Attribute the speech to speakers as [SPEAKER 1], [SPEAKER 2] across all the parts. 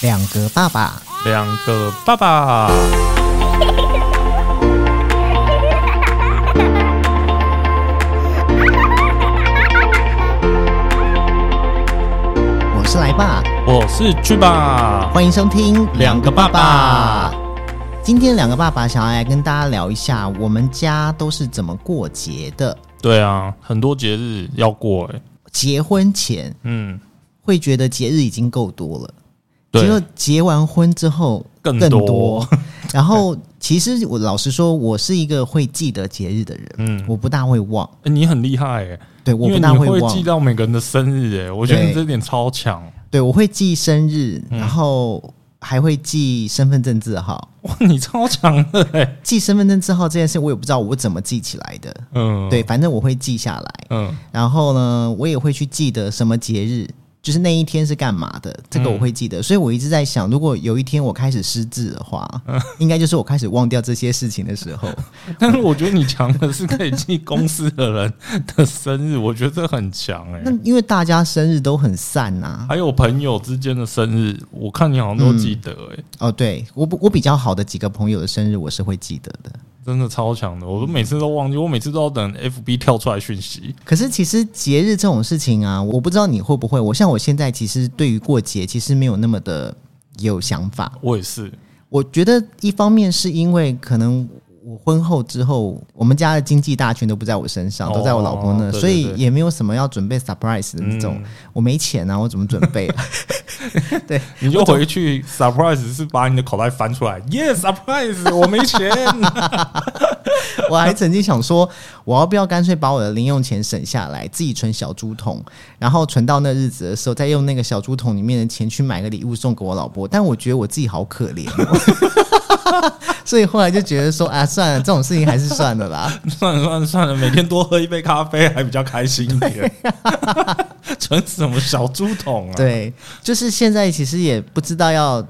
[SPEAKER 1] 两个爸爸，
[SPEAKER 2] 两个爸爸。
[SPEAKER 1] 我是来爸，
[SPEAKER 2] 我是去吧，
[SPEAKER 1] 欢迎收听
[SPEAKER 2] 两个爸爸。
[SPEAKER 1] 今天两个爸爸想要来跟大家聊一下，我们家都是怎么过节的。
[SPEAKER 2] 对啊，很多节日要过哎、
[SPEAKER 1] 结婚前
[SPEAKER 2] 嗯，
[SPEAKER 1] 会觉得节日已经够多了，结果
[SPEAKER 2] 对，
[SPEAKER 1] 结完婚之后
[SPEAKER 2] 更
[SPEAKER 1] 多。
[SPEAKER 2] 多
[SPEAKER 1] 然后，其实我老实说，我是一个会记得节日的人，
[SPEAKER 2] 嗯
[SPEAKER 1] 我不大会忘，
[SPEAKER 2] 欸你很厉害哎、
[SPEAKER 1] 对，
[SPEAKER 2] 因
[SPEAKER 1] 我
[SPEAKER 2] 为
[SPEAKER 1] 不
[SPEAKER 2] 你
[SPEAKER 1] 大
[SPEAKER 2] 会
[SPEAKER 1] 忘
[SPEAKER 2] 记，到每个人的生日哎、我觉得你这点超强。
[SPEAKER 1] 对我会记生日，
[SPEAKER 2] 嗯
[SPEAKER 1] 然后还会记身份证字号。
[SPEAKER 2] 哇，你超强的哎、
[SPEAKER 1] 记身份证字号这件事，我也不知道我怎么记起来的。
[SPEAKER 2] 嗯，
[SPEAKER 1] 对，，反正我会记下来。
[SPEAKER 2] 嗯，
[SPEAKER 1] 然后呢，我也会去记得什么节日，就是那一天是干嘛的，这个我会记得。所以我一直在想，如果有一天我开始失智的话， 应该就是我开始忘掉这些事情的时候。
[SPEAKER 2] 但是我觉得你强的是可以记公司的人的生日，我觉得这很强哎、
[SPEAKER 1] 那因为大家生日都很散啊呐、
[SPEAKER 2] 还有朋友之间的生日，我看你好像都记得哎、
[SPEAKER 1] 哦，对我不我比较好的几个朋友的生日，我是会记得的。
[SPEAKER 2] 真的超强的，我都每次都忘记，我每次都要等 FB 跳出来讯息。
[SPEAKER 1] 可是其实节日这种事情啊，我不知道你会不会。我像我现在其实对于过节其实没有那么的有想法。
[SPEAKER 2] 我也是，
[SPEAKER 1] 我觉得一方面是因为可能我婚后之后，我们家的经济大权都不在我身上，
[SPEAKER 2] 哦
[SPEAKER 1] 都在我老公那，
[SPEAKER 2] 对对
[SPEAKER 1] 所以
[SPEAKER 2] 对
[SPEAKER 1] 也没有什么要准备 surprise 的那种。
[SPEAKER 2] 嗯
[SPEAKER 1] 我没钱啊，我怎么准 备啊？
[SPEAKER 2] 你就回去 surprise 是把你的口袋翻出来耶 surprise 我没钱，
[SPEAKER 1] 我还曾经想说，我要不要干脆把我的零用钱省下来，自己存小猪桶，然后存到那日子的时候，再用那个小猪桶里面的钱去买个礼物送给我老婆。但我觉得我自己好可怜、哦。 所以后来就觉得说啊，算了，这种事情还是算了啦。
[SPEAKER 2] 算了算了算了，每天多喝一杯咖啡还比较开心一点。存什么小猪桶啊？，
[SPEAKER 1] 啊对，就是现在其实也不知道要，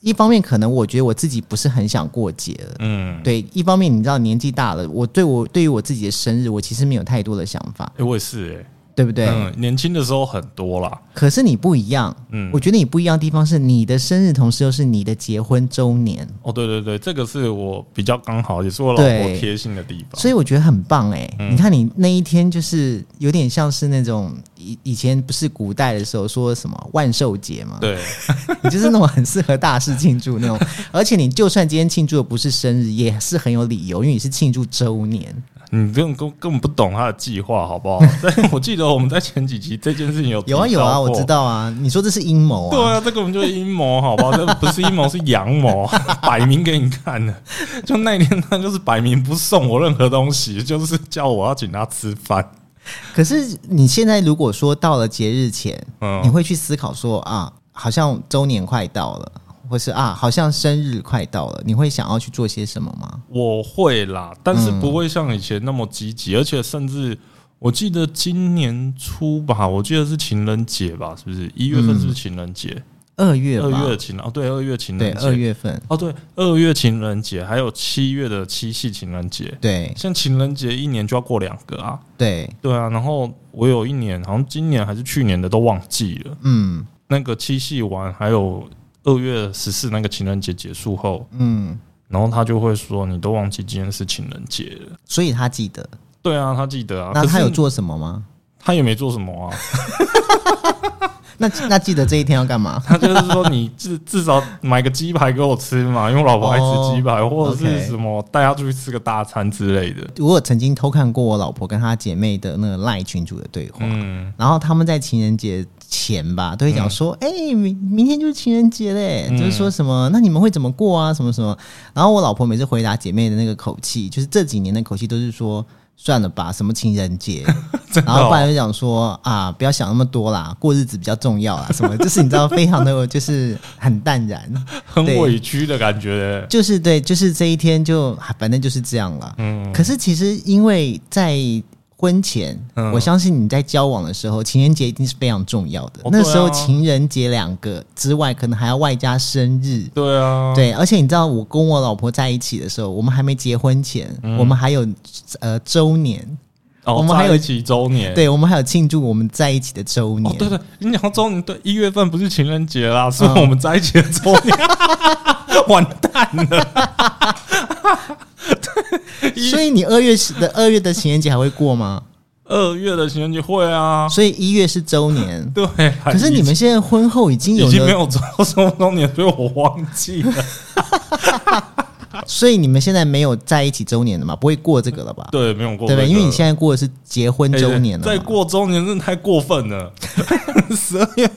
[SPEAKER 1] 一方面可能我觉得我自己不是很想过节了。
[SPEAKER 2] 嗯，
[SPEAKER 1] 对，一方面你知道年纪大了，我对我对于我自己的生日，我其实没有太多的想法，
[SPEAKER 2] 哎，我也是哎、
[SPEAKER 1] 对不对？
[SPEAKER 2] 嗯，年轻的时候很多啦，
[SPEAKER 1] 可是你不一样，
[SPEAKER 2] 嗯
[SPEAKER 1] 我，觉得你不一样的地方是，你的生日同时又是你的结婚周年，
[SPEAKER 2] 哦，对对对，这个是我比较刚好，也是我老婆
[SPEAKER 1] 对
[SPEAKER 2] 贴心的地方。
[SPEAKER 1] 所以我觉得很棒哎、
[SPEAKER 2] 嗯
[SPEAKER 1] 你看你那一天就是有点像是那种以以前不是古代的时候说什么万寿节嘛，
[SPEAKER 2] 对，
[SPEAKER 1] 你就是那种很适合大事庆祝那种，而且你就算今天庆祝的不是生日，也是很有理由，因为你是庆祝周年。
[SPEAKER 2] 你根本根本不懂他的计划，好 不好？但我记得我们在前几集这件事情有
[SPEAKER 1] 有啊
[SPEAKER 2] 提
[SPEAKER 1] 有啊，
[SPEAKER 2] 到
[SPEAKER 1] 我
[SPEAKER 2] 过
[SPEAKER 1] 知道啊，你说这是阴谋
[SPEAKER 2] 对
[SPEAKER 1] 啊，
[SPEAKER 2] 啊，这根本就是阴谋，好不好？这不是阴谋，是阳谋，摆明给你看的。就那一天，他就是摆明不送我任何东西，就是叫我要请他吃饭。
[SPEAKER 1] 可是你现在如果说到了节日前，
[SPEAKER 2] 嗯
[SPEAKER 1] 你会去思考说啊，好像周年快到了。或是啊，好像生日快到了，你会想要去做些什么吗？
[SPEAKER 2] 我会啦，但是
[SPEAKER 1] 嗯
[SPEAKER 2] 不会像以前那么积极，而且甚至我记得今年初吧，我记得是情人节吧，是不是？一月份是不是情人节？
[SPEAKER 1] 二嗯月吧，
[SPEAKER 2] 二月情人哦，对，二月情
[SPEAKER 1] 对，
[SPEAKER 2] 人
[SPEAKER 1] 二
[SPEAKER 2] 节。
[SPEAKER 1] 月份，
[SPEAKER 2] 哦，对，二月情人节，还有七月的七夕情人节。
[SPEAKER 1] 对
[SPEAKER 2] 像情人节一年就要过两个啊，
[SPEAKER 1] 对，
[SPEAKER 2] 对啊，然后我有一年，好像今年还是去年的都忘记了。
[SPEAKER 1] 嗯
[SPEAKER 2] 那个七夕完，还有二月十四那个情人节结束后，
[SPEAKER 1] 嗯，
[SPEAKER 2] 然后他就会说：“你都忘记今天是情人节了。
[SPEAKER 1] 所以他记得。”
[SPEAKER 2] 对啊，他记得啊。
[SPEAKER 1] 那
[SPEAKER 2] 可是
[SPEAKER 1] 他有，做什么吗？
[SPEAKER 2] 他也没做什么啊。
[SPEAKER 1] 那那记得这一天要干嘛？
[SPEAKER 2] 他就是 说：“你至至少买个鸡排给我吃嘛，因为我老婆爱吃鸡
[SPEAKER 1] 哦
[SPEAKER 2] 排，或者是
[SPEAKER 1] OK
[SPEAKER 2] 什么带她出去吃个大餐之类的。
[SPEAKER 1] 我有曾经偷看过我老婆跟她姐妹的那个赖群主的对话，”
[SPEAKER 2] 嗯，
[SPEAKER 1] 然后他们在情人节前吧，都会讲说，哎、明明天就是情人节嘞，
[SPEAKER 2] 嗯
[SPEAKER 1] 就是说什么，那你们会怎么过啊，什么什么。然后我老婆每次回答姐妹的那个口气，就是这几年的口气都是说。算了吧，什么情人 节，
[SPEAKER 2] 真的
[SPEAKER 1] 然后不
[SPEAKER 2] 哦、
[SPEAKER 1] 然就讲说啊，不要想那么多啦，过日子比较重要啦，啊什么，就是你知道，非常的就是很淡然，
[SPEAKER 2] 很
[SPEAKER 1] 对
[SPEAKER 2] 委屈的感觉。
[SPEAKER 1] 就是对，就是这一天就啊反正就是这样了。
[SPEAKER 2] 嗯，
[SPEAKER 1] 可是其实因为在婚前，
[SPEAKER 2] 嗯
[SPEAKER 1] 我相信你在交往的时候，情人节一定是非常重要的。
[SPEAKER 2] 哦
[SPEAKER 1] 那
[SPEAKER 2] 对啊
[SPEAKER 1] 时候情人节两个之外，可能还要外加生日。
[SPEAKER 2] 对啊，
[SPEAKER 1] 对，而且你知道，我
[SPEAKER 2] 嗯
[SPEAKER 1] 跟我老婆在一起的时候，我们还没结婚前，我们还有呃周年，
[SPEAKER 2] 哦，
[SPEAKER 1] 我们还有
[SPEAKER 2] 在一起周年，
[SPEAKER 1] 对我们还有庆祝我们在一起的周年。
[SPEAKER 2] 哦，对对，你讲到周年，对，一月份不是情人节啦，是
[SPEAKER 1] 嗯
[SPEAKER 2] 我们在一起的周 年，完蛋了。一
[SPEAKER 1] 所以你二月是的二月的情人节还会过吗？
[SPEAKER 2] 二月的情人节会啊，
[SPEAKER 1] 所以一月是周 年，
[SPEAKER 2] 对。
[SPEAKER 1] 可是你们现在婚后已经有
[SPEAKER 2] 已经没
[SPEAKER 1] 了，
[SPEAKER 2] 有周周周年，所以我忘记 了。
[SPEAKER 1] 所以你们现在没有在一起周年了嘛？不会过这个了吧？
[SPEAKER 2] 对，没有过
[SPEAKER 1] 对
[SPEAKER 2] 这
[SPEAKER 1] 不
[SPEAKER 2] 个。
[SPEAKER 1] 对？因为你现在过的是结婚周年了嘛、
[SPEAKER 2] 哎再过周年真的太过分了。 十二月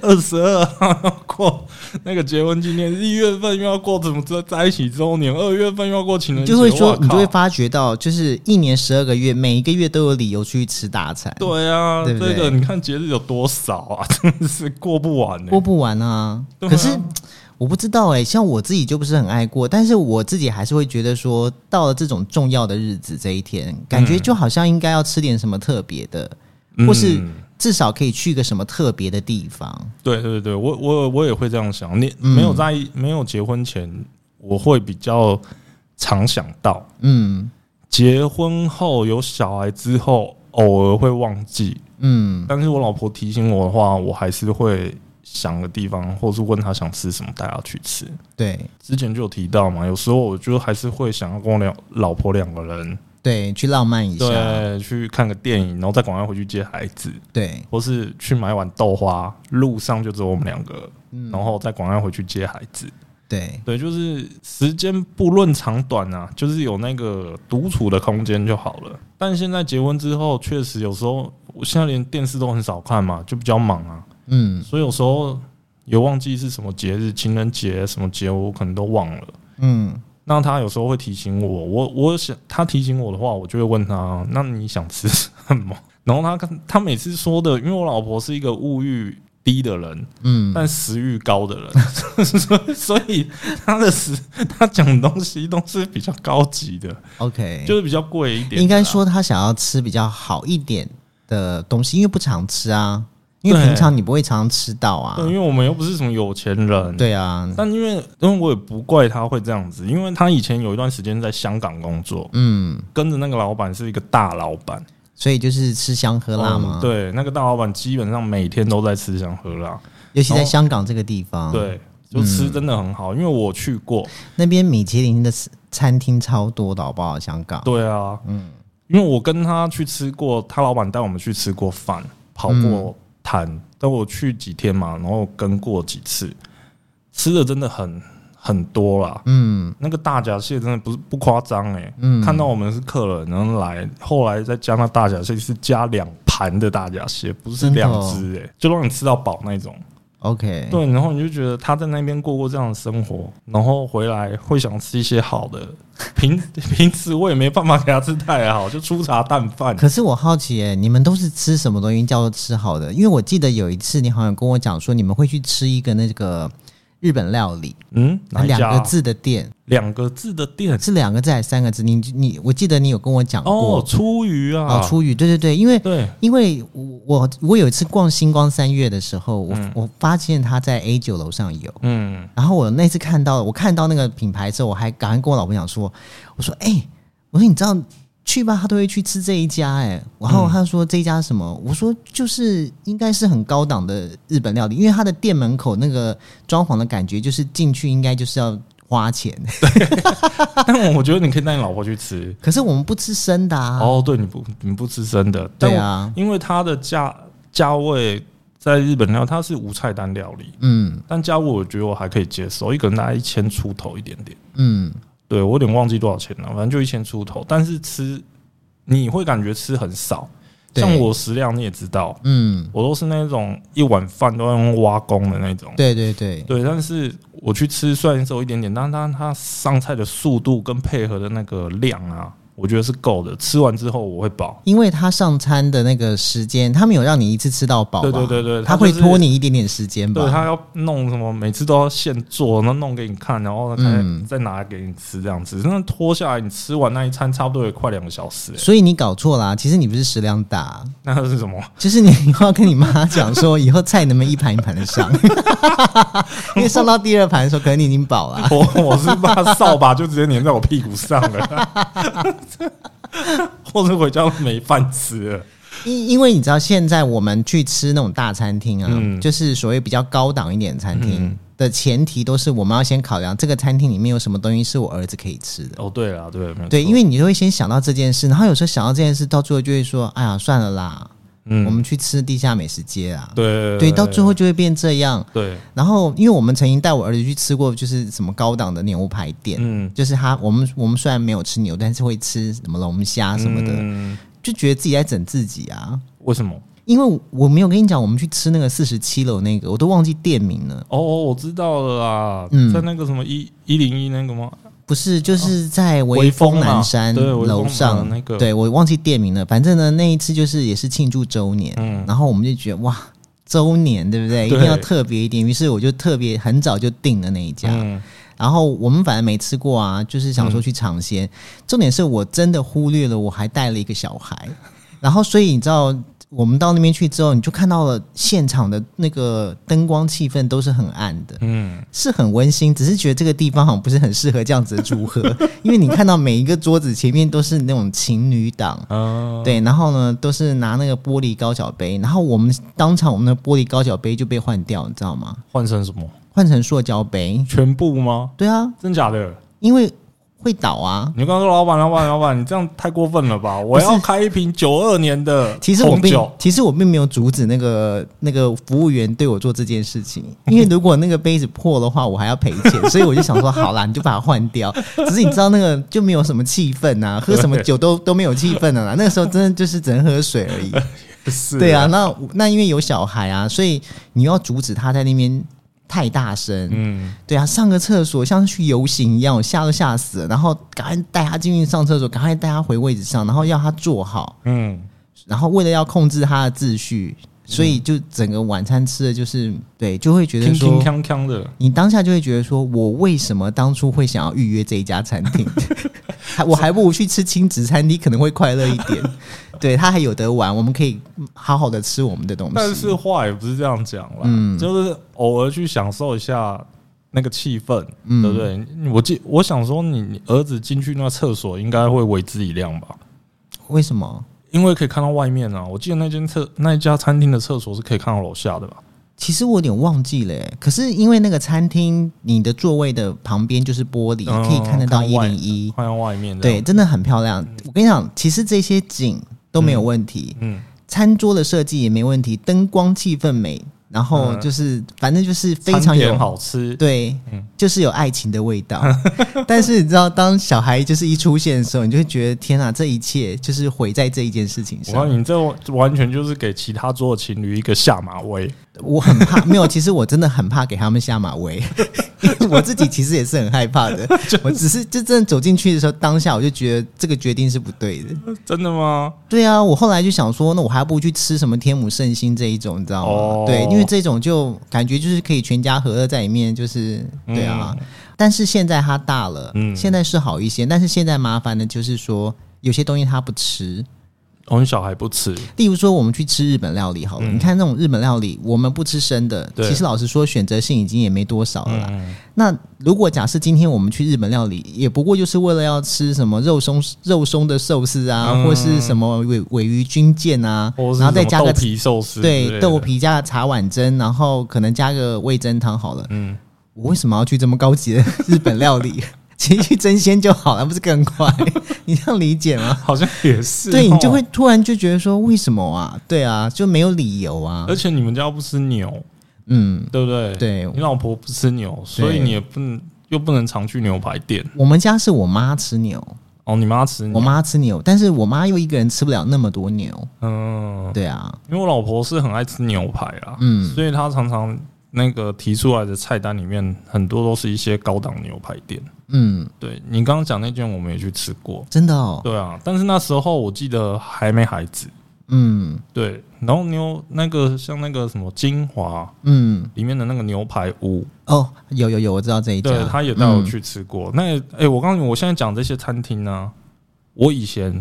[SPEAKER 2] 二十二号过那个结婚纪念，日，一月份又要过怎么在在一起周年，二月份又要过情人
[SPEAKER 1] 你
[SPEAKER 2] 节，
[SPEAKER 1] 就会说
[SPEAKER 2] 哇，靠
[SPEAKER 1] 你就会发觉到，就是一年十二个月，每一个月都有理由出去吃大餐，
[SPEAKER 2] 对啊，
[SPEAKER 1] 对不对
[SPEAKER 2] 这个你看节日有多少啊， 真的是过不完欸呢、
[SPEAKER 1] 过不完啊。
[SPEAKER 2] 对啊
[SPEAKER 1] 可是我不知道哎、像我自己就不是很爱过，但是我自己还是会觉得说，到了这种重要的日子这一天，感觉就好像应该要吃点什么特别的，
[SPEAKER 2] 嗯
[SPEAKER 1] 或是至少可以去个什么特别的地方。
[SPEAKER 2] 对对对，我我我也会这样想。你
[SPEAKER 1] 嗯
[SPEAKER 2] 没有在、没有结婚前，我会比较常想到；
[SPEAKER 1] 嗯
[SPEAKER 2] 结婚后有小孩之后，偶尔会忘记。
[SPEAKER 1] 嗯
[SPEAKER 2] 但是我老婆提醒我的话，我还是会想个地方，或是问她想吃什么，带她去吃。
[SPEAKER 1] 对
[SPEAKER 2] 之前就有提到嘛，有时候我就还是会想要跟我两老婆两个人，
[SPEAKER 1] 对，去浪漫一下，
[SPEAKER 2] 对，去看个电影，然后再赶快回去接孩子。
[SPEAKER 1] 对
[SPEAKER 2] 或是去买碗豆花，路上就只有我们两个，
[SPEAKER 1] 嗯
[SPEAKER 2] 然后再赶快回去接孩子。
[SPEAKER 1] 对
[SPEAKER 2] 对，就是时间不论长短啊，就是有那个独处的空间就好了。但现在结婚之后，确实有时候我现在连电视都很少看嘛，就比较忙啊，
[SPEAKER 1] 嗯
[SPEAKER 2] 所以有时候有忘记是什么节日，情人节什么节，我可能都忘了。
[SPEAKER 1] 嗯
[SPEAKER 2] 那他有时候会提醒我，我我想他提醒我的话，我就会问他，那你想吃什么？ 然后他他每次说的，因为我老婆是一个物欲低的人，
[SPEAKER 1] 嗯，
[SPEAKER 2] 但食欲高的人， 所以所以他的食 他讲的东西都是比较高级的，
[SPEAKER 1] OK，
[SPEAKER 2] 就是比较贵一点的啊啦。
[SPEAKER 1] 哎应该说他想要吃比较好一点的东西，因为不常吃啊，因为
[SPEAKER 2] 对
[SPEAKER 1] 平常你不会常常吃到啊
[SPEAKER 2] 对，。因为我们又不是什么有钱人，
[SPEAKER 1] 对啊，
[SPEAKER 2] 但因为因为我也不怪他会这样子，因为他以前有一段时间在香港工作，
[SPEAKER 1] 嗯，
[SPEAKER 2] 跟着那个老板是一个大老板。
[SPEAKER 1] 所以就是吃香喝辣嘛。
[SPEAKER 2] 嗯，对，那个大老板基本上每天都在吃香喝辣，
[SPEAKER 1] 尤其在香港这个地方，，
[SPEAKER 2] 哦对，就
[SPEAKER 1] 嗯
[SPEAKER 2] 吃真的很好，因为我去过。
[SPEAKER 1] 那边米其林的餐厅超多的，好不好？香港，
[SPEAKER 2] 对啊，嗯，因为我跟他去吃过，他老板带我们去吃过饭，跑
[SPEAKER 1] 嗯
[SPEAKER 2] 过摊，但我去几天嘛，然后跟过几次，吃的真的很很多啦。
[SPEAKER 1] 嗯
[SPEAKER 2] 那个大闸蟹真的不是不夸张哎，
[SPEAKER 1] 嗯，
[SPEAKER 2] 看到我们是客人，然后来，后来再加那大闸蟹是加两盘的大闸蟹，不是
[SPEAKER 1] 真的
[SPEAKER 2] 两
[SPEAKER 1] 哦
[SPEAKER 2] 只哎，就让你吃到饱那种。
[SPEAKER 1] OK，
[SPEAKER 2] 对，然后你就觉得他在那边过过这样的生活，然后回来会想吃一些好的。 平平时我也没办法给他吃太好，就粗茶淡 饭。
[SPEAKER 1] 可是我好奇耶，你们都是吃什么东西叫做吃好的？因为我记得有一次你好像跟我讲说，你们会去吃一个那个日本料理，
[SPEAKER 2] 嗯，哪一
[SPEAKER 1] 两
[SPEAKER 2] 家
[SPEAKER 1] 个
[SPEAKER 2] 啊？
[SPEAKER 1] 字的店，
[SPEAKER 2] 两个字的店
[SPEAKER 1] 是两个字还是三个字？你你，我记得你有跟我讲过
[SPEAKER 2] 哦，出鱼啊
[SPEAKER 1] 哦，，出语，对对对，因为
[SPEAKER 2] 对，
[SPEAKER 1] 因为我我我有一次逛星光三月的时候，我、我发现他在 A 九楼上有，
[SPEAKER 2] 嗯，
[SPEAKER 1] 然后我那次看到我看到那个品牌之后，我还赶快跟我老婆讲说，我说哎、我说你知道去吧，他都会去吃这一家哎、
[SPEAKER 2] 嗯
[SPEAKER 1] 然后他说这一家是什么，我说就是应该是很高档的日本料理，因为他的店门口那个装潢的感觉就是进去应该就是要花钱，
[SPEAKER 2] 但我觉得你可以带你老婆去吃。
[SPEAKER 1] 可是我们不吃生的啊，
[SPEAKER 2] 哦，对，你不你不吃生的，但
[SPEAKER 1] 对啊
[SPEAKER 2] 我因为它的价价位在日本料它是无菜单料理，
[SPEAKER 1] 嗯
[SPEAKER 2] 但价位我觉得我还可以接受，一个人大概一千出头一点点。
[SPEAKER 1] 嗯，
[SPEAKER 2] 对我有点忘记多少钱了，反正就一千出头。但是吃你会感觉吃很少，
[SPEAKER 1] 对
[SPEAKER 2] 像我食量你也知道，
[SPEAKER 1] 嗯，
[SPEAKER 2] 我都是那种一碗饭都要用挖工的那种。
[SPEAKER 1] 对对对，
[SPEAKER 2] 对，但是我去吃虽然是有一点点，但但它上菜的速度跟配合的那个量啊，我觉得是够的。吃完之后我会饱。
[SPEAKER 1] 因为他上餐的那个时间，他没有让你一次吃到饱吧，
[SPEAKER 2] 对对对对，
[SPEAKER 1] 他
[SPEAKER 2] 就
[SPEAKER 1] 会
[SPEAKER 2] 是
[SPEAKER 1] 拖你一点点时间吧。
[SPEAKER 2] 对他要弄什么，每次都要现做，然后弄给你看，然后再、
[SPEAKER 1] 嗯
[SPEAKER 2] 再拿来给你吃，这样子，那拖下来，你吃完那一餐差不多也快两个小时、欸。
[SPEAKER 1] 所以你搞错啦、其实你不是食量大，啊
[SPEAKER 2] 那是什么？
[SPEAKER 1] 就是你以后要跟你妈讲说，以后菜能不能一盘一盘的上， 因为上到第二盘的时候，可能你 已经饱了。啊
[SPEAKER 2] 我我是怕扫把就直接粘在我屁股上了， 或者回家没饭吃了。
[SPEAKER 1] 因因为你知道，现在我们去吃那种大餐厅啊，
[SPEAKER 2] 嗯
[SPEAKER 1] 就是所谓比较高档一点的餐厅
[SPEAKER 2] 嗯
[SPEAKER 1] 的前提，都是我们要先考量这个餐厅里面有什么东西是我儿子可以吃的。
[SPEAKER 2] 哦，对了，对，没错
[SPEAKER 1] 对，因为你就会先想到这件事，然后有时候想到这件事，到最后就会说：“哎呀，算了啦，
[SPEAKER 2] 嗯
[SPEAKER 1] 我们去吃地下美食街啊。
[SPEAKER 2] 对
[SPEAKER 1] 对，到最后就会变这样。
[SPEAKER 2] 对，
[SPEAKER 1] 然后，因为我们曾经带我儿子去吃过，就是什么高档的牛排店，
[SPEAKER 2] 嗯，
[SPEAKER 1] 就是他我们我们虽然没有吃牛，但是会吃什么龙虾什么的，
[SPEAKER 2] 嗯
[SPEAKER 1] 就觉得自己在整自己啊。
[SPEAKER 2] 为什么？
[SPEAKER 1] 因为我没有跟你讲，我们去吃那个四十七楼那个，我都忘记店名了。
[SPEAKER 2] 哦，我知道了啦，
[SPEAKER 1] 嗯
[SPEAKER 2] 在那个什么一一零一那个吗？
[SPEAKER 1] 不是，就是在
[SPEAKER 2] 哦微
[SPEAKER 1] 微
[SPEAKER 2] 风
[SPEAKER 1] 风
[SPEAKER 2] 嘛
[SPEAKER 1] 南山
[SPEAKER 2] 对微风
[SPEAKER 1] 楼
[SPEAKER 2] 嘛
[SPEAKER 1] 上
[SPEAKER 2] 那个
[SPEAKER 1] 对我忘记店名了。反正呢，那一次就是也是庆祝周年，
[SPEAKER 2] 嗯
[SPEAKER 1] 然后我们就觉得哇，周年对不对？
[SPEAKER 2] 对
[SPEAKER 1] 一定要特别一点。于是我就特别很早就订了那一家，
[SPEAKER 2] 嗯，
[SPEAKER 1] 然后我们反正没吃过啊，就是想说去尝鲜。重点是我真的忽略了，我还带了一个小孩，然后所以你知道。我们到那边去之后，你就看到了现场的那个灯光气氛都是很暗的，
[SPEAKER 2] 嗯，
[SPEAKER 1] 是很温馨，只是觉得这个地方好像不是很适合这样子的组合，因为你看到每一个桌子前面都是那种情侣档，
[SPEAKER 2] 啊，
[SPEAKER 1] 对，然后呢都是拿那个玻璃高脚杯，然后我们当场我们的玻璃高脚杯就被换掉，你知道吗？
[SPEAKER 2] 换成什么？
[SPEAKER 1] 换成塑胶杯，
[SPEAKER 2] 全部吗？
[SPEAKER 1] 对啊，
[SPEAKER 2] 真假的？
[SPEAKER 1] 因为会倒啊。
[SPEAKER 2] 你就刚刚说老板，老板，老板，你这样太过分了吧？我要开一瓶九二年的
[SPEAKER 1] 其实我
[SPEAKER 2] 红
[SPEAKER 1] 并
[SPEAKER 2] 酒，
[SPEAKER 1] 其实我并没有阻止那个那个服务员对我做这件事 情，因为如果那个杯子破的话，我还要赔钱，所以我就想说，好啦，你就把它换掉。只是你知道那个就没有什么气氛啊，喝 什么酒都都没有气氛了啦。那个时候真的就是只能喝水而已。
[SPEAKER 2] 是
[SPEAKER 1] 对啊，，那那因为有小孩啊，所以你要阻止他在那边太大声。
[SPEAKER 2] 嗯，
[SPEAKER 1] 对啊，上个厕所像去游行一样，我吓都吓死了。然后赶快带他进去上厕所，赶快带他回位置上，然后要他坐好。
[SPEAKER 2] 嗯，
[SPEAKER 1] 然后为了要控制他的秩序，所以就整个晚餐吃的就是对，就会觉
[SPEAKER 2] 铿
[SPEAKER 1] 得
[SPEAKER 2] 铿
[SPEAKER 1] 说，
[SPEAKER 2] 锵锵的，
[SPEAKER 1] 你当下就会觉得说，我为什么当初会想要预约这一家餐厅？ 还我还不如去吃亲子餐厅，可能会快乐一 点。对他还有得玩，我们可以好好的吃我们的东西。
[SPEAKER 2] 但是话也不是这样讲啦，
[SPEAKER 1] 嗯
[SPEAKER 2] 就是偶尔去享受一下那个气氛，
[SPEAKER 1] 嗯
[SPEAKER 2] 对不对？我记，我想说你，你儿子进去那厕所应该会为之一亮吧，
[SPEAKER 1] 为什么？
[SPEAKER 2] 因为可以看到外面啊。我记得那间厕那一家餐厅的厕所是可以看到楼下的吧？
[SPEAKER 1] 其实我有点忘记了耶、可是因为那个餐厅，你的座位的旁边就是玻璃，
[SPEAKER 2] 嗯
[SPEAKER 1] 可以看得到
[SPEAKER 2] 看
[SPEAKER 1] 一
[SPEAKER 2] 外
[SPEAKER 1] 零一。
[SPEAKER 2] 看到外面这
[SPEAKER 1] 对，
[SPEAKER 2] 样，
[SPEAKER 1] 真的很漂亮。我跟你讲，其实这些景都没有问题，
[SPEAKER 2] 嗯，
[SPEAKER 1] 餐桌的设计也没问题，灯光气氛美，然后就是、反正就是非
[SPEAKER 2] 嗯餐
[SPEAKER 1] 常
[SPEAKER 2] 点
[SPEAKER 1] 有
[SPEAKER 2] 好吃，
[SPEAKER 1] 对
[SPEAKER 2] 嗯，
[SPEAKER 1] 就是有爱情的味道。 但是你知道，当小孩就是一出现的时候，你就会觉得天啊，这一切就是毁在这一件事情
[SPEAKER 2] 我告诉
[SPEAKER 1] 上。
[SPEAKER 2] 你，你这完全就是给其他桌的情侣一个下马威。
[SPEAKER 1] 我很怕， 没有，其实我真的很怕给他们下马威， 因为我自己其实也是很害怕的。我只是就真的走进去的时候，当下我就觉得这个决定是不对的。
[SPEAKER 2] 真的吗？
[SPEAKER 1] 对啊，我后来就想说，那我还不如去吃什么天母圣心这一种，你知道吗？
[SPEAKER 2] 哦
[SPEAKER 1] 对，因为这种就感觉就是可以全家和乐在里面，就是
[SPEAKER 2] 嗯
[SPEAKER 1] 对啊。但是现在他大了，
[SPEAKER 2] 嗯
[SPEAKER 1] 现在是好一些，但是现在麻烦的就是说，有些东西他不吃。
[SPEAKER 2] 我们小孩不吃，
[SPEAKER 1] 例如说，我们去吃日本料理好了，你看那种日本料理，我们不吃生的，
[SPEAKER 2] 嗯对
[SPEAKER 1] 其实老实说，选择性已经也没多少了啦。
[SPEAKER 2] 嗯，
[SPEAKER 1] 那如果假设今天我们去日本料理，也不过就是为了要吃什么肉松肉松的寿司啊，
[SPEAKER 2] 嗯
[SPEAKER 1] 或是什么尾尾鱼军舰啊
[SPEAKER 2] 或，是
[SPEAKER 1] 然后再加
[SPEAKER 2] 什么
[SPEAKER 1] 个
[SPEAKER 2] 豆皮寿司，
[SPEAKER 1] 对豆，皮加茶碗蒸，然后可能加个味增汤好了。
[SPEAKER 2] 嗯，
[SPEAKER 1] 我为什么要去这么高级的日本料理？ 其实去蒸鲜就好了，不是更快？ 你这样理解吗？
[SPEAKER 2] 好像也是哦。
[SPEAKER 1] 对你就会突然就觉得说，为什么啊？对啊，就没有理由啊
[SPEAKER 2] 而。且你们家不吃牛，
[SPEAKER 1] 嗯，
[SPEAKER 2] 对不对？
[SPEAKER 1] 对
[SPEAKER 2] 你老婆不吃牛，所以你也不能又不能常去牛排店。
[SPEAKER 1] 我们家是我妈吃牛，
[SPEAKER 2] 哦，你妈吃牛，
[SPEAKER 1] 我妈吃牛，但是我妈又一个人吃不了那么多牛。
[SPEAKER 2] 嗯，
[SPEAKER 1] 对啊，
[SPEAKER 2] 因为我老婆是很爱吃牛排啦，
[SPEAKER 1] 嗯
[SPEAKER 2] 所以她常常那个提出来的菜单里面很多都是一些高档牛排店。
[SPEAKER 1] 嗯，
[SPEAKER 2] 对你刚刚讲那间，我们也去吃过。
[SPEAKER 1] 真的哦，
[SPEAKER 2] 对啊，但是那时候我记得还没孩子，
[SPEAKER 1] 嗯
[SPEAKER 2] 对，然后牛那个像那个什么金华
[SPEAKER 1] 嗯，
[SPEAKER 2] 里面的那个牛排屋，
[SPEAKER 1] 哦，有有有，我知道这一家，
[SPEAKER 2] 对，他也带我
[SPEAKER 1] 嗯，
[SPEAKER 2] 去吃过。那哎、我告诉你，我现在讲这些餐厅呢、我以前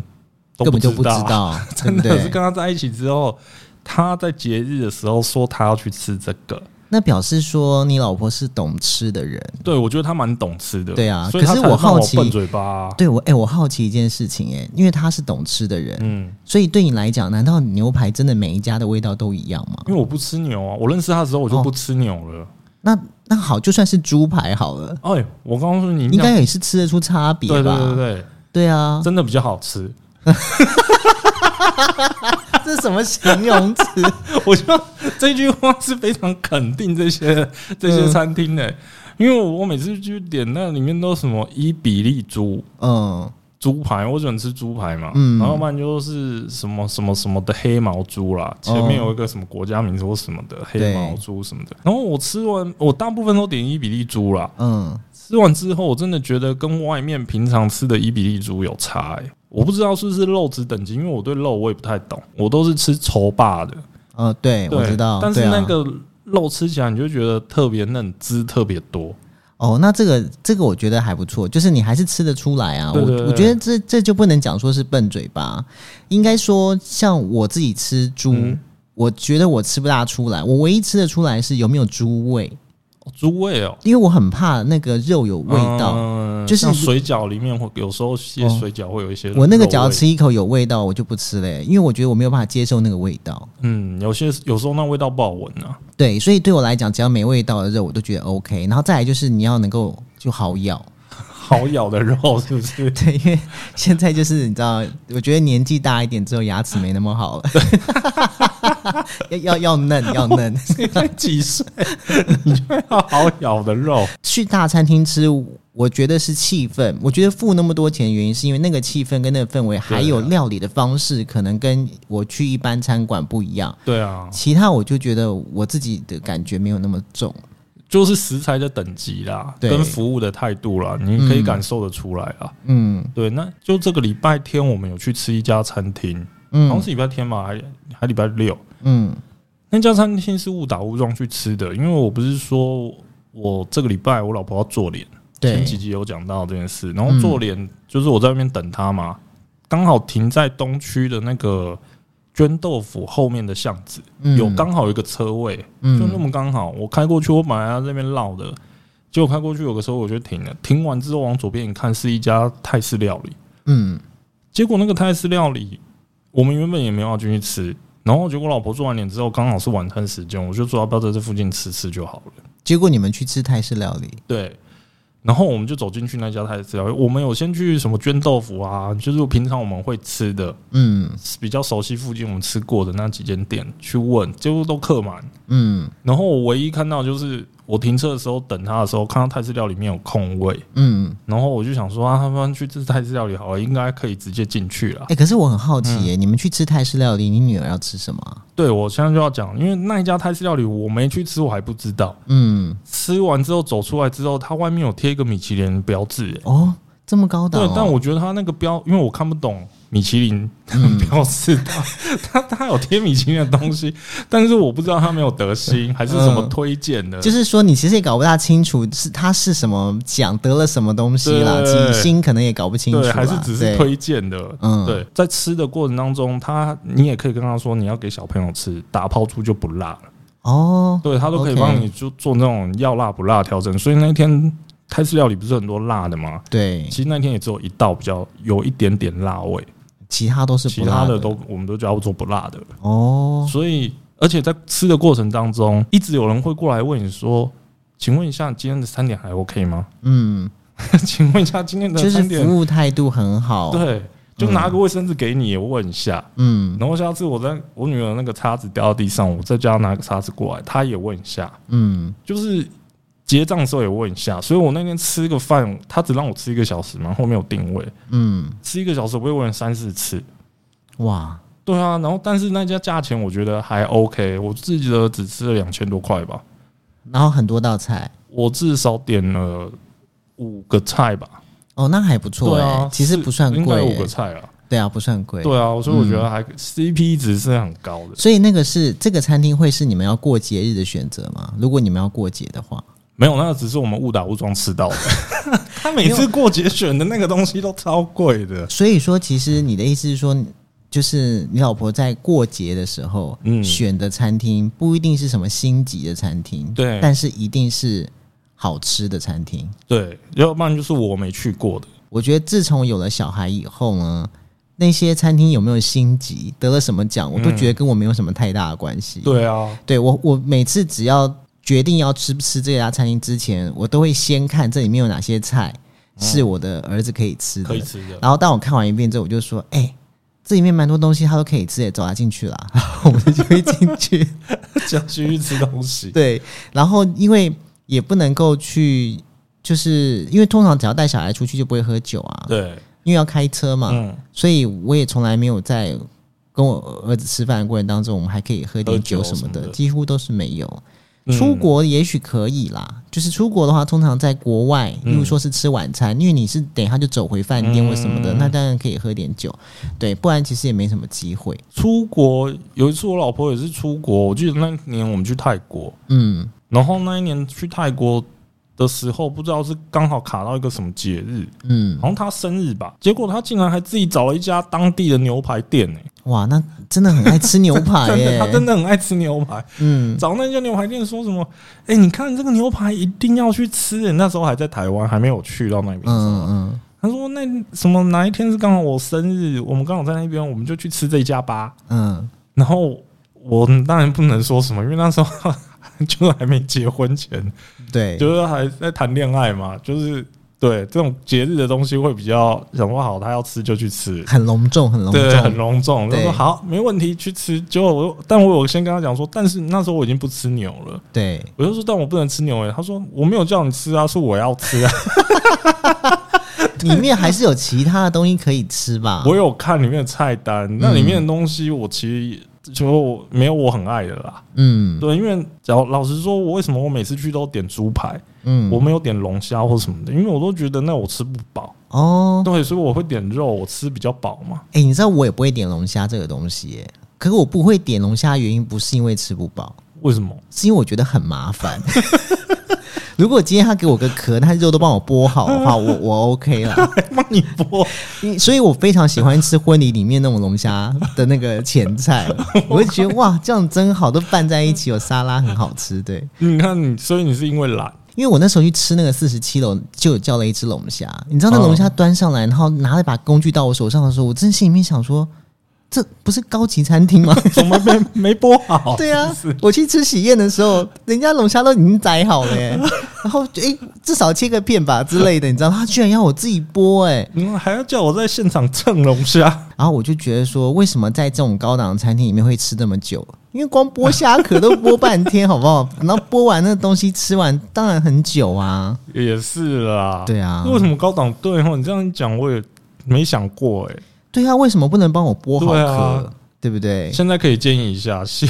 [SPEAKER 2] 都
[SPEAKER 1] 根本就不知
[SPEAKER 2] 知道，
[SPEAKER 1] 道，
[SPEAKER 2] 真
[SPEAKER 1] 对
[SPEAKER 2] 的
[SPEAKER 1] 不
[SPEAKER 2] 是
[SPEAKER 1] 对
[SPEAKER 2] 跟他在一起之后，他在节日的时候说他要去吃这个，
[SPEAKER 1] 那表示说你老婆是懂吃的人。
[SPEAKER 2] 对，我觉得他蛮懂吃的。
[SPEAKER 1] 对啊
[SPEAKER 2] 所以他
[SPEAKER 1] 可是
[SPEAKER 2] 才
[SPEAKER 1] 我
[SPEAKER 2] 会骂
[SPEAKER 1] 好奇
[SPEAKER 2] 笨嘴巴啊、
[SPEAKER 1] 对我，哎、我好奇一件事情、哎，因为她是懂吃的人，
[SPEAKER 2] 嗯，
[SPEAKER 1] 所以对你来讲，难道牛排真的每一家的味道都一样吗？
[SPEAKER 2] 因为我不吃牛啊，我认识他的时候我就
[SPEAKER 1] 哦
[SPEAKER 2] 不吃牛了。
[SPEAKER 1] 那那好，就算是猪排好了，
[SPEAKER 2] 哎，我告诉你，
[SPEAKER 1] 应该
[SPEAKER 2] 你
[SPEAKER 1] 也是吃得出差别
[SPEAKER 2] 讲对对
[SPEAKER 1] 吧？
[SPEAKER 2] 对对
[SPEAKER 1] 对
[SPEAKER 2] 对，
[SPEAKER 1] 啊，
[SPEAKER 2] 真的比较好吃。
[SPEAKER 1] 这是什么形容 词？
[SPEAKER 2] 我就这句话是非常肯定这些这些餐厅的、因为我每次去点那里面都什么伊比利猪
[SPEAKER 1] 嗯
[SPEAKER 2] 猪排，我喜欢吃猪排嘛，
[SPEAKER 1] 嗯
[SPEAKER 2] 然后不然就是什么什么什么的黑毛猪啦，前面有一个什么国家名字或什么的黑毛猪什么的，然后我吃完我大部分都点伊比利猪啦，
[SPEAKER 1] 嗯，
[SPEAKER 2] 吃完之后我真的觉得跟外面平常吃的伊比利猪有差、欸，我不知道是不是肉质等级，因为我对肉我也不太懂，我都是吃稠霸的。
[SPEAKER 1] 呃，对，
[SPEAKER 2] 对
[SPEAKER 1] 我知道，
[SPEAKER 2] 但是
[SPEAKER 1] 对啊
[SPEAKER 2] 那个肉吃起来你就觉得特别嫩，汁特别多。
[SPEAKER 1] 哦，那这个这个我觉得还不错，就是你还是吃得出来啊。
[SPEAKER 2] 对对对
[SPEAKER 1] 我我觉得这这就不能讲说是笨嘴巴，应该说像我自己吃猪，
[SPEAKER 2] 嗯
[SPEAKER 1] 我觉得我吃不大出来，我唯一吃得出来是有没有猪味，
[SPEAKER 2] 哦猪味哦，
[SPEAKER 1] 因为我很怕那个肉有味道。
[SPEAKER 2] 嗯
[SPEAKER 1] 就是哦
[SPEAKER 2] 像水饺里面会有时候些水饺会有一些、
[SPEAKER 1] 我那个只要，吃一口有味道，我就不吃嘞、因为我觉得我没有办法接受那个味道。
[SPEAKER 2] 嗯，有些有时候那味道不好闻啊。
[SPEAKER 1] 对，所以对我来讲，只要没味道的肉，我都觉得 OK。然后再来就是你要能够就好咬，？
[SPEAKER 2] 好咬的肉是不是
[SPEAKER 1] 对，因为现在就是你知道，我觉得年纪大一点之后，牙齿没那么好了，要要要嫩要嫩。
[SPEAKER 2] 你才几岁，你就要好咬的肉。
[SPEAKER 1] 去大餐厅吃，我觉得是气氛。我觉得付那么多钱，原因是因为那个气氛跟那个氛围，还有料理的方式，可能跟我去一般餐馆不一样。
[SPEAKER 2] 对啊，
[SPEAKER 1] 其他我就觉得我自己的感觉没有那么重。
[SPEAKER 2] 就是食材的等级啦，
[SPEAKER 1] 对
[SPEAKER 2] 跟服务的态度啦，你可以
[SPEAKER 1] 嗯
[SPEAKER 2] 感受得出来啦。
[SPEAKER 1] 嗯
[SPEAKER 2] 对，那就这个礼拜天我们有去吃一家餐厅，好像
[SPEAKER 1] 嗯
[SPEAKER 2] 是礼拜天吧，还还礼拜六。
[SPEAKER 1] 嗯
[SPEAKER 2] 那家餐厅是误打误撞去吃的，因为我不是说我这个礼拜我老婆要做脸，前
[SPEAKER 1] 对
[SPEAKER 2] 几集有讲到这件事，然后做脸就是我在那边等她嘛，刚好停在东区的那个捐豆腐后面的巷子，
[SPEAKER 1] 嗯
[SPEAKER 2] 有刚好有一个车位，就那
[SPEAKER 1] 嗯
[SPEAKER 2] 么刚好，我开过去，我本来要在那边绕的，结果开过去有个时候我就停了，停完之后往左边一看是一家泰式料理，
[SPEAKER 1] 嗯
[SPEAKER 2] 结果那个泰式料理，我们原本也没有要进去吃，然后结果我老婆做完脸之后，刚好是晚餐时间，我就说要不要在这附近吃吃就好了。
[SPEAKER 1] 结果你们去吃泰式料理，
[SPEAKER 2] 对，然后我们就走进去那家泰式料理，我们有先去什么绢豆腐啊，就是平常我们会吃的，
[SPEAKER 1] 嗯
[SPEAKER 2] 比较熟悉附近我们吃过的那几间店去问，结果都客满。
[SPEAKER 1] 嗯
[SPEAKER 2] 然后我唯一看到就是我停车的时候等他的时候，看到泰式料理里面有空位，
[SPEAKER 1] 嗯，
[SPEAKER 2] 然后我就想说啊，他们去吃泰式料理好了，应该可以直接进去了
[SPEAKER 1] 哎、。可是我很好奇
[SPEAKER 2] 嗯
[SPEAKER 1] 耶、你们去吃泰式料理，你女儿要吃什么啊？
[SPEAKER 2] 对，我现在就要讲，因为那一家泰式料理我没去吃，我还不知道。
[SPEAKER 1] 嗯，
[SPEAKER 2] 吃完之后走出来之后，它外面有贴一个米其林标志、欸
[SPEAKER 1] 哦，这么高档、
[SPEAKER 2] 对
[SPEAKER 1] 哦，，
[SPEAKER 2] 但我觉得它那个标，因为我看不懂米其林
[SPEAKER 1] 嗯
[SPEAKER 2] 标志，它它它有贴米其林的东西，但是我不知道它没有得星还是什么
[SPEAKER 1] 嗯
[SPEAKER 2] 推荐的。
[SPEAKER 1] 就是说你其实也搞不大清楚是它是什么奖得了什么东西啦，
[SPEAKER 2] 对对对
[SPEAKER 1] 几星可能也搞不清楚
[SPEAKER 2] 对，
[SPEAKER 1] 啦，
[SPEAKER 2] 还是只是
[SPEAKER 1] 对
[SPEAKER 2] 推荐的。
[SPEAKER 1] 嗯
[SPEAKER 2] 对，在吃的过程当中，他你也可以跟他说你要给小朋友吃，打抛猪就不辣了。
[SPEAKER 1] 哦，
[SPEAKER 2] 对他都可以
[SPEAKER 1] OK
[SPEAKER 2] 帮你就做那种要辣不辣的调整。所以那一天泰式料理不是很多辣的吗？
[SPEAKER 1] 对，
[SPEAKER 2] 其实那天也只有一道比较有一点点辣味，
[SPEAKER 1] 其他都是
[SPEAKER 2] 其
[SPEAKER 1] 不辣
[SPEAKER 2] 他的都我们都叫做不辣的。
[SPEAKER 1] 哦，
[SPEAKER 2] 所以而且在吃的过程当中，一直有人会过来问你说：“请问一下今天的餐点还 OK 吗？
[SPEAKER 1] 嗯，
[SPEAKER 2] 请问一下今天的
[SPEAKER 1] 就是
[SPEAKER 2] 餐点
[SPEAKER 1] 服务态度很好，
[SPEAKER 2] 对？”就拿个卫生纸给你，也问一下。
[SPEAKER 1] 嗯
[SPEAKER 2] 然后下次我在我女儿那个叉子掉到地上，我再叫她拿个叉子过来，她也问一下。
[SPEAKER 1] 嗯
[SPEAKER 2] 就是结账的时候也问一下，所以我那天吃个饭，他只让我吃一个小时嘛，后面有定位，
[SPEAKER 1] 嗯，
[SPEAKER 2] 吃一个小时我被问了三四次。
[SPEAKER 1] 哇，
[SPEAKER 2] 对啊，然后但是那家价钱我觉得还 OK，我自己的只吃了两千多块吧，
[SPEAKER 1] 然后很多道菜。
[SPEAKER 2] 我至少点了五个菜吧。
[SPEAKER 1] 哦，那还不错
[SPEAKER 2] 对
[SPEAKER 1] 哎、
[SPEAKER 2] 啊，
[SPEAKER 1] 其实不算
[SPEAKER 2] 应该
[SPEAKER 1] 贵、
[SPEAKER 2] 有五个
[SPEAKER 1] 欸，
[SPEAKER 2] 菜啊。
[SPEAKER 1] 对啊，不算贵。
[SPEAKER 2] 对啊，所以我觉得还 CP 值是很高的。
[SPEAKER 1] 所以那个是这个餐厅会是你们要过节日的选择吗？如果你们要过节的话，
[SPEAKER 2] 没有，那只是我们误打误撞吃 到的。他每次过节选的那个东西都超贵的。
[SPEAKER 1] 所以说其实你的意思是说，就是你老婆在过节的时候，
[SPEAKER 2] 嗯
[SPEAKER 1] 选的餐厅不一定是什么星级的餐厅，
[SPEAKER 2] 对
[SPEAKER 1] 但是一定是好吃的餐厅。
[SPEAKER 2] 对，要不然就是我没去过的。
[SPEAKER 1] 我觉得自从有了小孩以后呢，那些餐厅有没有星级，得了什么奖，我都觉得跟我没有什么太大的关系。
[SPEAKER 2] 对啊，
[SPEAKER 1] 对我，我每次只要决定要吃不吃这家餐厅之前，我都会先看这里面有哪些菜是我的儿子可以吃的。
[SPEAKER 2] 嗯可以吃 的。
[SPEAKER 1] 然后当我看完一遍之后，我就说：“哎、这里面蛮多东西，他都可以吃，哎，走啊进去 啦。”我们就会进去。
[SPEAKER 2] 想去吃东西。
[SPEAKER 1] 对，然后因为也不能够去，就是因为通常只要带小孩出去就不会喝酒啊，
[SPEAKER 2] 对，
[SPEAKER 1] 因为要开车嘛，
[SPEAKER 2] 嗯，
[SPEAKER 1] 所以我也从来没有在跟我儿子吃饭的过程当中，我们还可以喝点
[SPEAKER 2] 喝酒
[SPEAKER 1] 酒什么
[SPEAKER 2] 什
[SPEAKER 1] 的
[SPEAKER 2] 么，的
[SPEAKER 1] 几乎都是没有。
[SPEAKER 2] 嗯
[SPEAKER 1] 出国也许可以啦，就是出国的话，通常在国外，例
[SPEAKER 2] 嗯
[SPEAKER 1] 如说是吃晚餐，因为你是等一下就走回饭店或什么的，
[SPEAKER 2] 嗯
[SPEAKER 1] 那当然可以喝点酒，对，不然其实也没什么机会。
[SPEAKER 2] 出国有一次，我老婆也是出国，我记得那年我们去泰国，
[SPEAKER 1] 嗯，
[SPEAKER 2] 然后那一年去泰国的时候，不知道是刚好卡到一个什么节日，
[SPEAKER 1] 嗯，
[SPEAKER 2] 好像她生日吧，结果她竟然还自己找了一家当地的牛排店呢、
[SPEAKER 1] 哇，那真的很爱吃牛排
[SPEAKER 2] 真
[SPEAKER 1] 耶、
[SPEAKER 2] 的，她真的很爱吃牛排。
[SPEAKER 1] 嗯，
[SPEAKER 2] 找那家牛排店说什么？哎、你看这个牛排一定要去吃、欸。那时候还在台湾，还没有去到那边。
[SPEAKER 1] 嗯嗯
[SPEAKER 2] 他说那什么哪一天是刚好我生日，我们刚好在那边，我们就去吃这家吧。
[SPEAKER 1] 嗯嗯，
[SPEAKER 2] 然后我当然不能说什么，因为那时候 就是还没结婚前，
[SPEAKER 1] 对，
[SPEAKER 2] 就是还在谈恋爱嘛，就是对这种节日的东西会比较想说好，他要吃就去吃。
[SPEAKER 1] 很隆重，很隆
[SPEAKER 2] 对，很
[SPEAKER 1] 重，
[SPEAKER 2] 隆重。他
[SPEAKER 1] 对
[SPEAKER 2] 说好，没问题，去吃。结果我，但我有先跟他讲说，但是那时候我已经不吃牛了，
[SPEAKER 1] 对，
[SPEAKER 2] 我就说，但我不能吃牛欸诶、他说我没有叫你吃啊，是我要吃啊。
[SPEAKER 1] 里面还是有其他的东西可以吃吧？
[SPEAKER 2] 我有看里面的菜单，那里面的东西我其实就没有我很爱的啦。
[SPEAKER 1] 嗯
[SPEAKER 2] 对，因为假如老实说，我为什么我每次去都点猪排，
[SPEAKER 1] 嗯，
[SPEAKER 2] 我没有点龙虾或什么的，因为我都觉得那我吃不饱。
[SPEAKER 1] 哦，
[SPEAKER 2] 对，所以我会点肉，我吃比较饱嘛。
[SPEAKER 1] 哎、你知道我也不会点龙虾这个东西耶、可是我不会点龙虾的原因不是因为吃不饱，
[SPEAKER 2] 为 什么？
[SPEAKER 1] 是因为我觉得很麻烦。如果今天他给我个壳，他肉都帮我剥好的话，我我 OK 了。
[SPEAKER 2] 帮你剥，
[SPEAKER 1] 因所以我非常喜欢吃婚礼里面那种龙虾的那个前菜，我就觉得哇，这样真好，都拌在一起，有沙拉很好吃。对，
[SPEAKER 2] 你看你，所以你是因为懒，
[SPEAKER 1] 因为我那时候去吃那个四十七楼，就有叫了一只龙虾。你知道那龙虾端上来，然后拿了一把工具到我手上的时候，我真心里面想说，这不是高级餐厅吗？
[SPEAKER 2] 怎么没没剥好？
[SPEAKER 1] 对啊
[SPEAKER 2] 哦是，
[SPEAKER 1] 我去吃喜宴的时候，人家龙虾都已经宰好了耶，然后诶、至少切个片吧之类的，你知道，他居然要我自己剥哎、
[SPEAKER 2] 你们还要叫我在现场蹭龙 虾？
[SPEAKER 1] 然后我就觉得说，为什么在这种高档的餐厅里面会吃这么久？因为光剥虾壳都剥半天，好不好？然后剥完那东西吃完，当然很久啊。
[SPEAKER 2] 也是啦，
[SPEAKER 1] 对啊
[SPEAKER 2] 为什么高档对哦？你这样一讲我也没想过哎、
[SPEAKER 1] 对啊，为什么不能帮我剥好
[SPEAKER 2] 对
[SPEAKER 1] 壳？
[SPEAKER 2] 啊
[SPEAKER 1] 对不对？
[SPEAKER 2] 现在可以建议一下，希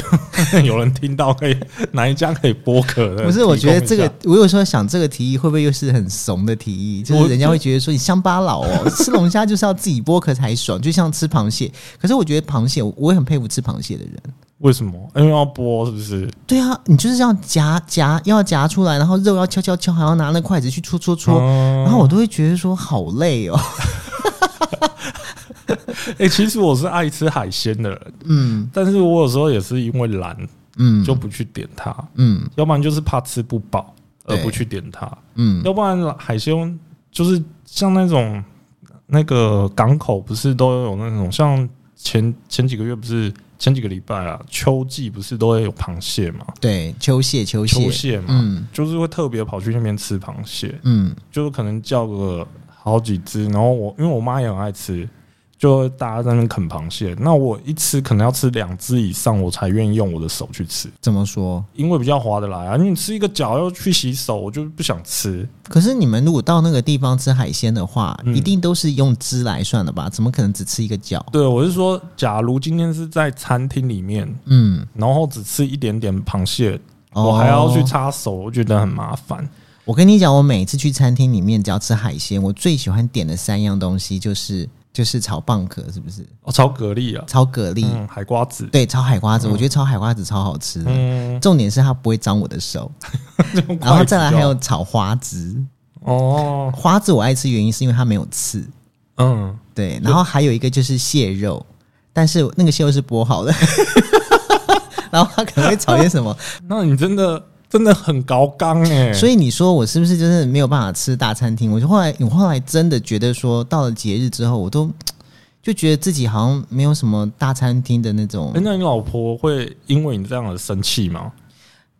[SPEAKER 2] 望 有人听到可以哪一家可以剥壳的？
[SPEAKER 1] 不是，我觉得
[SPEAKER 2] 提供
[SPEAKER 1] 这
[SPEAKER 2] 一下
[SPEAKER 1] 个，我有时候想，这个提议会不会又是很怂的提议？就是
[SPEAKER 2] 我
[SPEAKER 1] 人家会觉得说你乡巴佬 哦，吃龙虾就是要自己剥壳才爽，就像吃螃蟹。可是我觉得螃蟹，我我也很佩服吃螃蟹的人。
[SPEAKER 2] 为什么？因为要剥是不是？
[SPEAKER 1] 对啊，你就是要夹夹，要夹出来，然后肉要敲敲敲，还要拿那筷子去戳戳戳，
[SPEAKER 2] 嗯
[SPEAKER 1] 然后我都会觉得说好累 哦。
[SPEAKER 2] 哎、其实我是爱吃海鲜的人，
[SPEAKER 1] 嗯
[SPEAKER 2] 但是我有时候也是因为懒
[SPEAKER 1] 嗯，
[SPEAKER 2] 就不去点它，
[SPEAKER 1] 嗯
[SPEAKER 2] 要不然就是怕吃不饱而
[SPEAKER 1] 对
[SPEAKER 2] 不去点它，
[SPEAKER 1] 嗯
[SPEAKER 2] 要不然海鲜就是像那种那个港口不是都有那种像前前几个月不是前几个礼拜啊，秋季不是都会有螃蟹嘛，
[SPEAKER 1] 对，秋蟹秋蟹，
[SPEAKER 2] 秋蟹嘛，
[SPEAKER 1] 嗯
[SPEAKER 2] 就是会特别跑去那边吃螃蟹，
[SPEAKER 1] 嗯
[SPEAKER 2] 就是可能叫个好几只，然后我因为我妈也很爱吃，就大家在那边啃螃蟹，那我一吃可能要吃两只以上，我才愿意用我的手去吃，
[SPEAKER 1] 怎么说？
[SPEAKER 2] 因为比较划得来啊。你吃一个脚要去洗手，我就不想吃。
[SPEAKER 1] 可是你们如果到那个地方吃海鲜的话，
[SPEAKER 2] 嗯
[SPEAKER 1] 一定都是用汁来算的吧？怎么可能只吃一个脚？
[SPEAKER 2] 对，我是说，假如今天是在餐厅里面，
[SPEAKER 1] 嗯，
[SPEAKER 2] 然后只吃一点点螃蟹，
[SPEAKER 1] 哦
[SPEAKER 2] 我还要去擦手，我觉得很麻烦。
[SPEAKER 1] 我跟你讲，我每次去餐厅里面只要吃海鲜，我最喜欢点的三样东西就是就是炒蚌壳，是不是？
[SPEAKER 2] 哦，炒蛤蜊啊，
[SPEAKER 1] 炒蛤蜊，
[SPEAKER 2] 嗯，海瓜子，
[SPEAKER 1] 对，炒海瓜子，我觉得炒海瓜子超好吃的。
[SPEAKER 2] 嗯，
[SPEAKER 1] 重点是它不会脏我的手，
[SPEAKER 2] 用
[SPEAKER 1] 然后
[SPEAKER 2] 筷子
[SPEAKER 1] 再来
[SPEAKER 2] 就
[SPEAKER 1] 还
[SPEAKER 2] 好
[SPEAKER 1] 有炒花枝，
[SPEAKER 2] 哦，
[SPEAKER 1] 花枝我爱吃原因是因为它没有刺，
[SPEAKER 2] 嗯，
[SPEAKER 1] 对，然后还有一个就是蟹肉，但是那个蟹肉是剥好的， 然后他可能会炒些什么。
[SPEAKER 2] 那你真的真的很高纲哎、
[SPEAKER 1] 所以你说我是不是就是没有办法吃大餐厅？我就后来，我后来真的觉得说，到了节日之后，我都就觉得自己好像没有什么大餐厅的那种
[SPEAKER 2] 哎、。那你老婆会因为你这样而生气吗？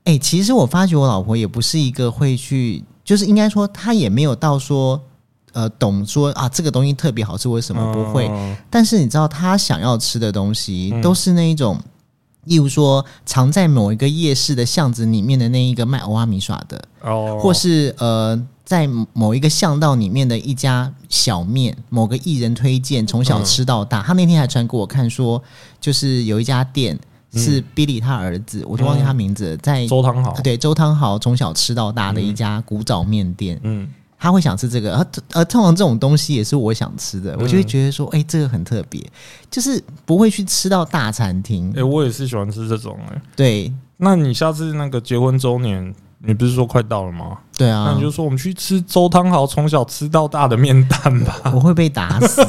[SPEAKER 1] 哎、其实我发觉我老婆也不是一个会去，就是应该说她也没有到说，呃，懂说啊这个东西特别好吃或者什么不会。
[SPEAKER 2] 嗯
[SPEAKER 1] 但是你知道她想要吃的东西
[SPEAKER 2] 嗯
[SPEAKER 1] 都是那一种，例如说藏在某一个夜市的巷子里面的那一个卖欧阿米耍的，
[SPEAKER 2] 哦，
[SPEAKER 1] 或是呃。在某一个巷道里面的一家小面，某个艺人推荐，
[SPEAKER 2] 嗯
[SPEAKER 1] 从小吃到大。他那天还传给我看说，就是有一家店是 Billy 他儿子，我就忘记他名字了，在
[SPEAKER 2] 嗯周嗯汤好，
[SPEAKER 1] 对，周汤豪从小吃到大的一家古早面店，
[SPEAKER 2] 嗯，
[SPEAKER 1] 他会想吃这个，而而通常这种东西也是我想吃
[SPEAKER 2] 嗯
[SPEAKER 1] 的，我就会觉得说，哎、这个很特别，就是不会去吃到大餐厅
[SPEAKER 2] 哎、。我也是喜欢吃这种哎、
[SPEAKER 1] 对
[SPEAKER 2] 那你下次那个结婚周年，你不是说快到了吗？
[SPEAKER 1] 对
[SPEAKER 2] 那
[SPEAKER 1] 啊
[SPEAKER 2] 你，就说我们去吃周汤豪从小吃到大的面蛋 吧。
[SPEAKER 1] 我会被打 死。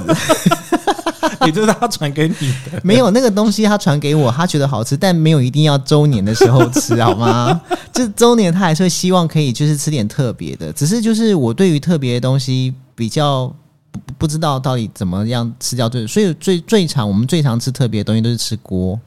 [SPEAKER 2] 也就是他传给你的。
[SPEAKER 1] 没有那个东西，他传给我，他觉得好吃，但没有一定要周年的时候吃，好吗？ 就是周年，他还是会希望可以就是吃点特别的，只是就是我对于特别的东西比较不不知道到底怎么样吃掉最，所以最最常我们最常吃特别的东西都是吃锅，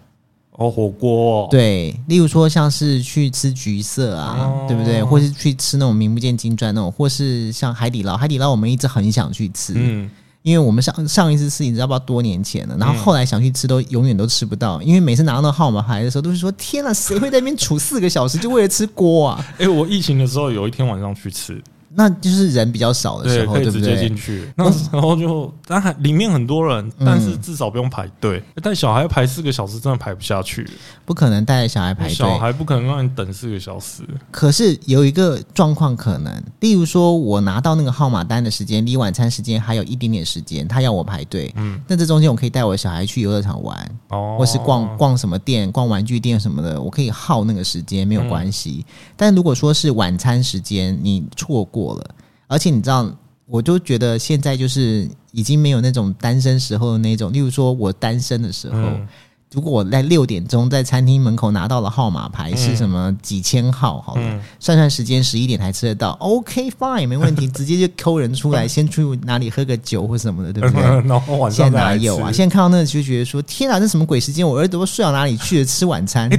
[SPEAKER 2] 哦，火锅、哦，，
[SPEAKER 1] 对，例如说像是去吃橘色啊，
[SPEAKER 2] 哦
[SPEAKER 1] 对不对？或是去吃那种名不见经传那种，或是像海底捞，海底捞我们一直很想去吃，
[SPEAKER 2] 嗯，
[SPEAKER 1] 因为我们上上一次吃，你知道不知道多年前了，然后后来想去吃都永远都吃不到，因为每次拿到那号码牌的时候，都是说天啊，谁会在那边杵四个小时就为了吃锅啊？
[SPEAKER 2] 哎、我疫情的时候有一天晚上去吃，
[SPEAKER 1] 那就是人比较少的时
[SPEAKER 2] 对，
[SPEAKER 1] 候，
[SPEAKER 2] 可
[SPEAKER 1] 对不
[SPEAKER 2] 以直接进
[SPEAKER 1] 对？嗯
[SPEAKER 2] 去。那时候就，但还里面很多人，但是至少不用排队。但小孩排四个小时真的排不下去，
[SPEAKER 1] 不可能带着小孩排
[SPEAKER 2] 小
[SPEAKER 1] 队。
[SPEAKER 2] 孩不可能让你等四个小时。
[SPEAKER 1] 可是有一个状况可能，例如说我拿到那个号码单的时间离晚餐时间还有一点点时间，他要我排队，
[SPEAKER 2] 嗯，
[SPEAKER 1] 那这中间我可以带我的小孩去游乐场玩，
[SPEAKER 2] 哦，
[SPEAKER 1] 或是逛逛什么店、逛玩具店什么的，我可以耗那个时间没有关系。
[SPEAKER 2] 嗯
[SPEAKER 1] 但如果说是晚餐时间，你错过了，而且你知道，我就觉得现在就是已经没有那种单身时候的那种，例如说我单身的时候。
[SPEAKER 2] 嗯
[SPEAKER 1] 如果我在六点钟在餐厅门口拿到了号码牌，是什么几千号？好了，
[SPEAKER 2] 嗯
[SPEAKER 1] 算算时间，十一点才吃得到。OK fine，没 问题，直接就抠人
[SPEAKER 2] 嗯
[SPEAKER 1] 出来，先去哪里喝个酒或什么的，对不对？
[SPEAKER 2] 然后 晚
[SPEAKER 1] 现
[SPEAKER 2] 嗯上
[SPEAKER 1] 在
[SPEAKER 2] 再
[SPEAKER 1] 哪
[SPEAKER 2] 来
[SPEAKER 1] 有啊？
[SPEAKER 2] 吃
[SPEAKER 1] 现在看到那个就觉得说，天啊，这什么鬼时间？我儿子都睡到哪里去了？吃晚
[SPEAKER 2] 哎
[SPEAKER 1] 餐？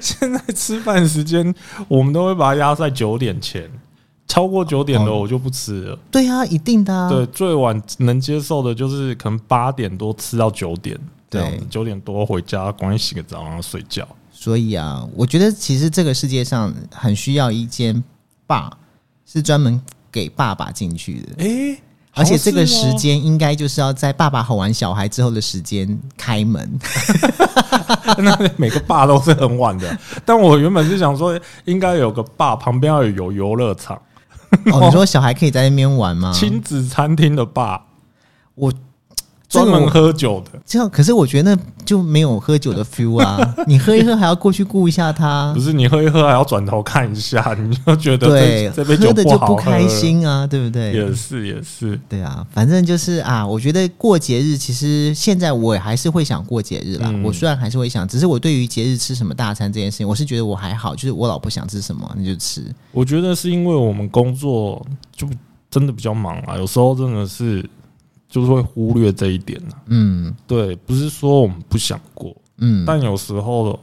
[SPEAKER 2] 现在吃饭时间，我们都会把它压在九点前，超过九点的我就不吃了。
[SPEAKER 1] 对啊，一定哦的啊。
[SPEAKER 2] 对，最晚能接受的就是可能八点多吃到九点，这样
[SPEAKER 1] 对
[SPEAKER 2] 子九点多回家，赶紧洗个澡，然后睡觉。
[SPEAKER 1] 所以啊，我觉得其实这个世界上很需要一间爸，是专门给爸爸进去的。
[SPEAKER 2] 诶，
[SPEAKER 1] 而且这个
[SPEAKER 2] 哦
[SPEAKER 1] 时间应该就是要在爸爸吼完小孩之后的时间开 门，
[SPEAKER 2] 好像是哦， 那每个爸都是很晚的。但我原本是想说，应该有个爸旁边要有游乐场，
[SPEAKER 1] 哦，你说小孩可以在那边玩吗？
[SPEAKER 2] 亲子餐厅的爸，
[SPEAKER 1] 嗯我这
[SPEAKER 2] 专
[SPEAKER 1] 个
[SPEAKER 2] 门
[SPEAKER 1] 我
[SPEAKER 2] 喝酒的。
[SPEAKER 1] 这样，可是我觉得那就没有喝酒的 feel 啊！你喝一喝还要过去顾一下他
[SPEAKER 2] 不，是你喝一喝还要转头看一下，你就觉得
[SPEAKER 1] 对，
[SPEAKER 2] 这这杯
[SPEAKER 1] 喝
[SPEAKER 2] 酒
[SPEAKER 1] 的就
[SPEAKER 2] 不好呃
[SPEAKER 1] 不
[SPEAKER 2] 喝
[SPEAKER 1] 开
[SPEAKER 2] 了。
[SPEAKER 1] 心啊，对不对？
[SPEAKER 2] 也是也是，
[SPEAKER 1] 对啊，反正就是啊，我觉得过节日，其实现在我还是会想过节日啦。
[SPEAKER 2] 嗯
[SPEAKER 1] 我虽然还是会想，只是我对于节日吃什么大餐这件事情，我是觉得我还好，就是我老婆想吃什么那就吃。
[SPEAKER 2] 我觉得是因为我们工作就真的比较忙啊，有时候真的是就是会忽略这一点啊。
[SPEAKER 1] 嗯
[SPEAKER 2] 对，不是说我们不想过，
[SPEAKER 1] 嗯，
[SPEAKER 2] 但有时候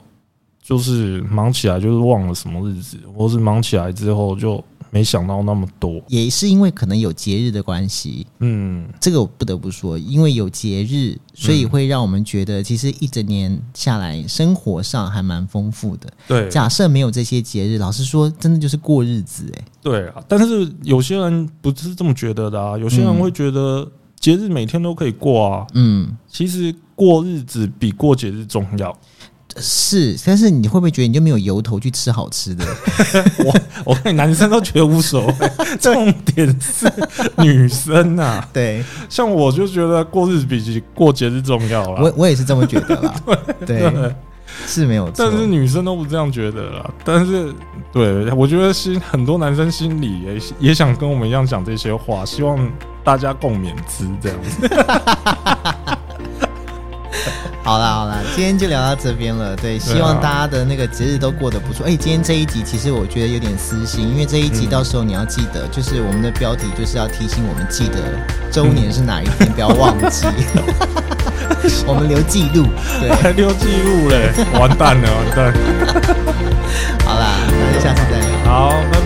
[SPEAKER 2] 就是忙起来就是忘了什么日子，或是忙起来之后就没想到那么多。
[SPEAKER 1] 也是因为可能有节日的关系，
[SPEAKER 2] 嗯，
[SPEAKER 1] 这个我不得不说，因为有节日，所以会让我们觉得其实一整年下来，生活上还蛮丰富的。
[SPEAKER 2] 对
[SPEAKER 1] 假设没有这些节日，老实说，真的就是过日子哎、
[SPEAKER 2] 对啊，但是有些人不是这么觉得的啊，有些人
[SPEAKER 1] 嗯
[SPEAKER 2] 会觉得节日每天都可以过啊。
[SPEAKER 1] 嗯。
[SPEAKER 2] 其实过日子比过节日重要。
[SPEAKER 1] 是，但是你会不会觉得你就没有由头去吃好吃的？
[SPEAKER 2] 我我看男生都觉得无所谓， 重点是女生啊。
[SPEAKER 1] 对
[SPEAKER 2] 像我就觉得过日子比过节日重要啦。
[SPEAKER 1] 我我也是这么觉得啦。对，是没有错
[SPEAKER 2] 但。是女生都不这样觉得啦。但是，对我觉得心很多男生心里也也想跟我们一样讲这些话，希望大家共勉之这样子。
[SPEAKER 1] 好啦好啦，今天就聊到这边了。对，希望大家的那个节日都过得不错。哎、今天这一集其实我觉得有点私心，因为这一集到时候你要记得，就是我们的标题就是要提醒我们记得周年是哪一天，不要忘记。我们留记录。对，
[SPEAKER 2] 还留记录嘞，完蛋了，完蛋。
[SPEAKER 1] 好啦，那就下次再聊。
[SPEAKER 2] 好，拜